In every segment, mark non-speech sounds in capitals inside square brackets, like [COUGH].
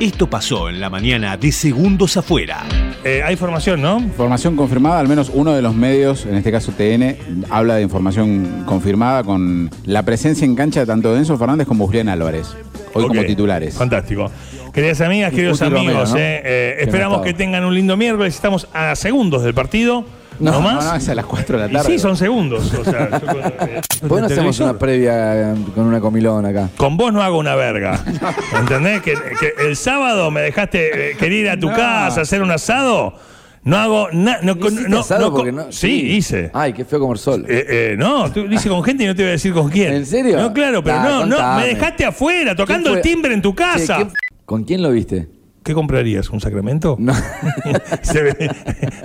Esto pasó en la mañana de Segundos Afuera. Eh, hay formación, ¿no? Información confirmada, al menos uno de los medios, en este caso TN, habla de información confirmada con la presencia en cancha tanto de Enzo Fernández como Julián Álvarez, hoy Ok, como titulares. Fantástico. Queridas amigas, Y queridos Cuti Romero, amigos, ¿no? eh, eh, Que esperamos no que estaba. tengan un lindo miércoles. Estamos a segundos del partido. No, No, más. no, no, es a las 4 de la Y tarde. sí, son segundos. O sea, yo cuando- eh, ¿Por qué no hacemos una previa eh, con una comilona acá? con vos no hago una verga. ¿Entendés? Que, que el sábado me dejaste eh, querer ir a tu No. casa a hacer un asado. No hago nada. No, ¿No con- hiciste no- asado? no con- Porque no- Ah. sí, hice. Ay, qué feo comer sol. Eh, eh, no, tú dices con gente y no te voy a decir con quién. ¿En serio? No, claro, pero Ah, no, no, me contame. dejaste afuera, ¿Quién tocando fue- el timbre en tu casa. Che, ¿quién- ¿Con quién lo viste? ¿Qué comprarías? ¿Un sacramento? No. [LAUGHS] Se ve-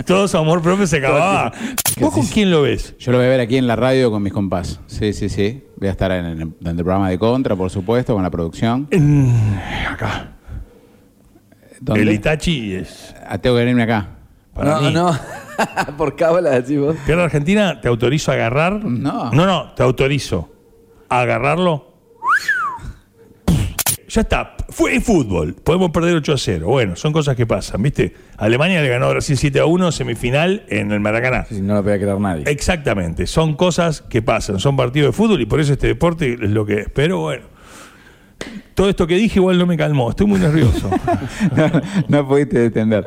todo su amor propio se acababa. ¿Vos con quién lo ves? Yo lo voy a ver aquí en la radio con mis compás. Sí, sí, sí. Voy a estar en el, en el programa de Contra, por supuesto, con la producción. acá. ¿Dónde? El Itachi es. Ah, tengo que venirme acá. Para no, mí. no. [LAUGHS] Por cábala decís vos. Pierre Argentina, ¿te autorizo a agarrar? No. No, no, te autorizo a agarrarlo. Ya está, fue fútbol. Podemos perder 8 a 0. Bueno, son cosas que pasan, ¿viste? Alemania le ganó a Brasil 7 a 1, semifinal en el Maracaná. Sí, no lo podía creer nadie. Exactamente, son cosas que pasan, son partidos de fútbol y por eso este deporte es lo que es. Pero bueno, todo esto que dije igual no me calmó, estoy muy [LAUGHS] nervioso. no, [LAUGHS] no pudiste detener.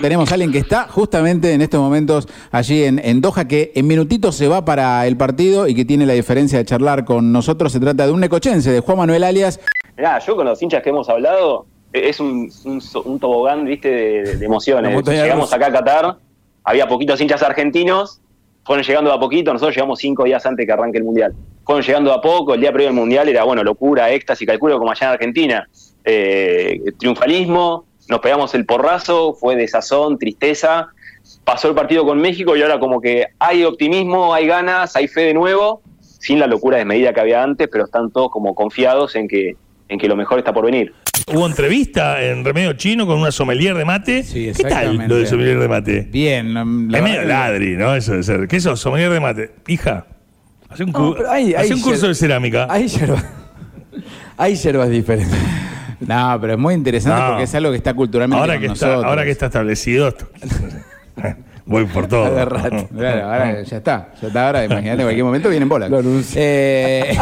Tenemos a alguien que está justamente en estos momentos allí en, en Doha, que en minutitos se va para el partido y que tiene la diferencia de charlar con nosotros. Se trata de un necochense, de Juan Manuel Alias. Mirá, yo con los hinchas que hemos hablado, eh, es un, un so- un tobogán, viste, de, de emociones. La montaña Llegamos rusa. acá a Qatar, había poquitos hinchas argentinos, fueron llegando de a poquito, nosotros llegamos cinco días antes que arranque el Mundial. Fueron llegando de a poco, el día previo al Mundial era, bueno, locura, éxtasis, calculo como allá en Argentina. Eh, triunfalismo, nos pegamos el porrazo, fue desazón, tristeza. Pasó el partido con México y ahora como que hay optimismo, hay ganas, hay fe de nuevo, sin la locura desmedida que había antes, pero están todos como confiados en que, en que lo mejor está por venir. Hubo entrevista en Remedio Chino con una sommelier de mate. Sí, ¿Qué tal exactamente. lo de sommelier de mate? Bien. la es verdad medio que- ladri, ¿no? Eso de ser. ¿Qué sos, sommelier de mate? Hija, hace un, cu- No, pero ahí- hacé ahí un yer- curso de cerámica. Hay hierbas. [LAUGHS] Hay hierbas diferentes. No, pero es muy interesante No. porque es algo que está culturalmente ahora, con que está, nosotros. ahora [LAUGHS] que está establecido esto. Voy por todo. Agarrate. [LAUGHS] Claro, ahora ya está. Ya está ahora, imagínate, en cualquier momento vienen bolas. Lo anuncio. Eh,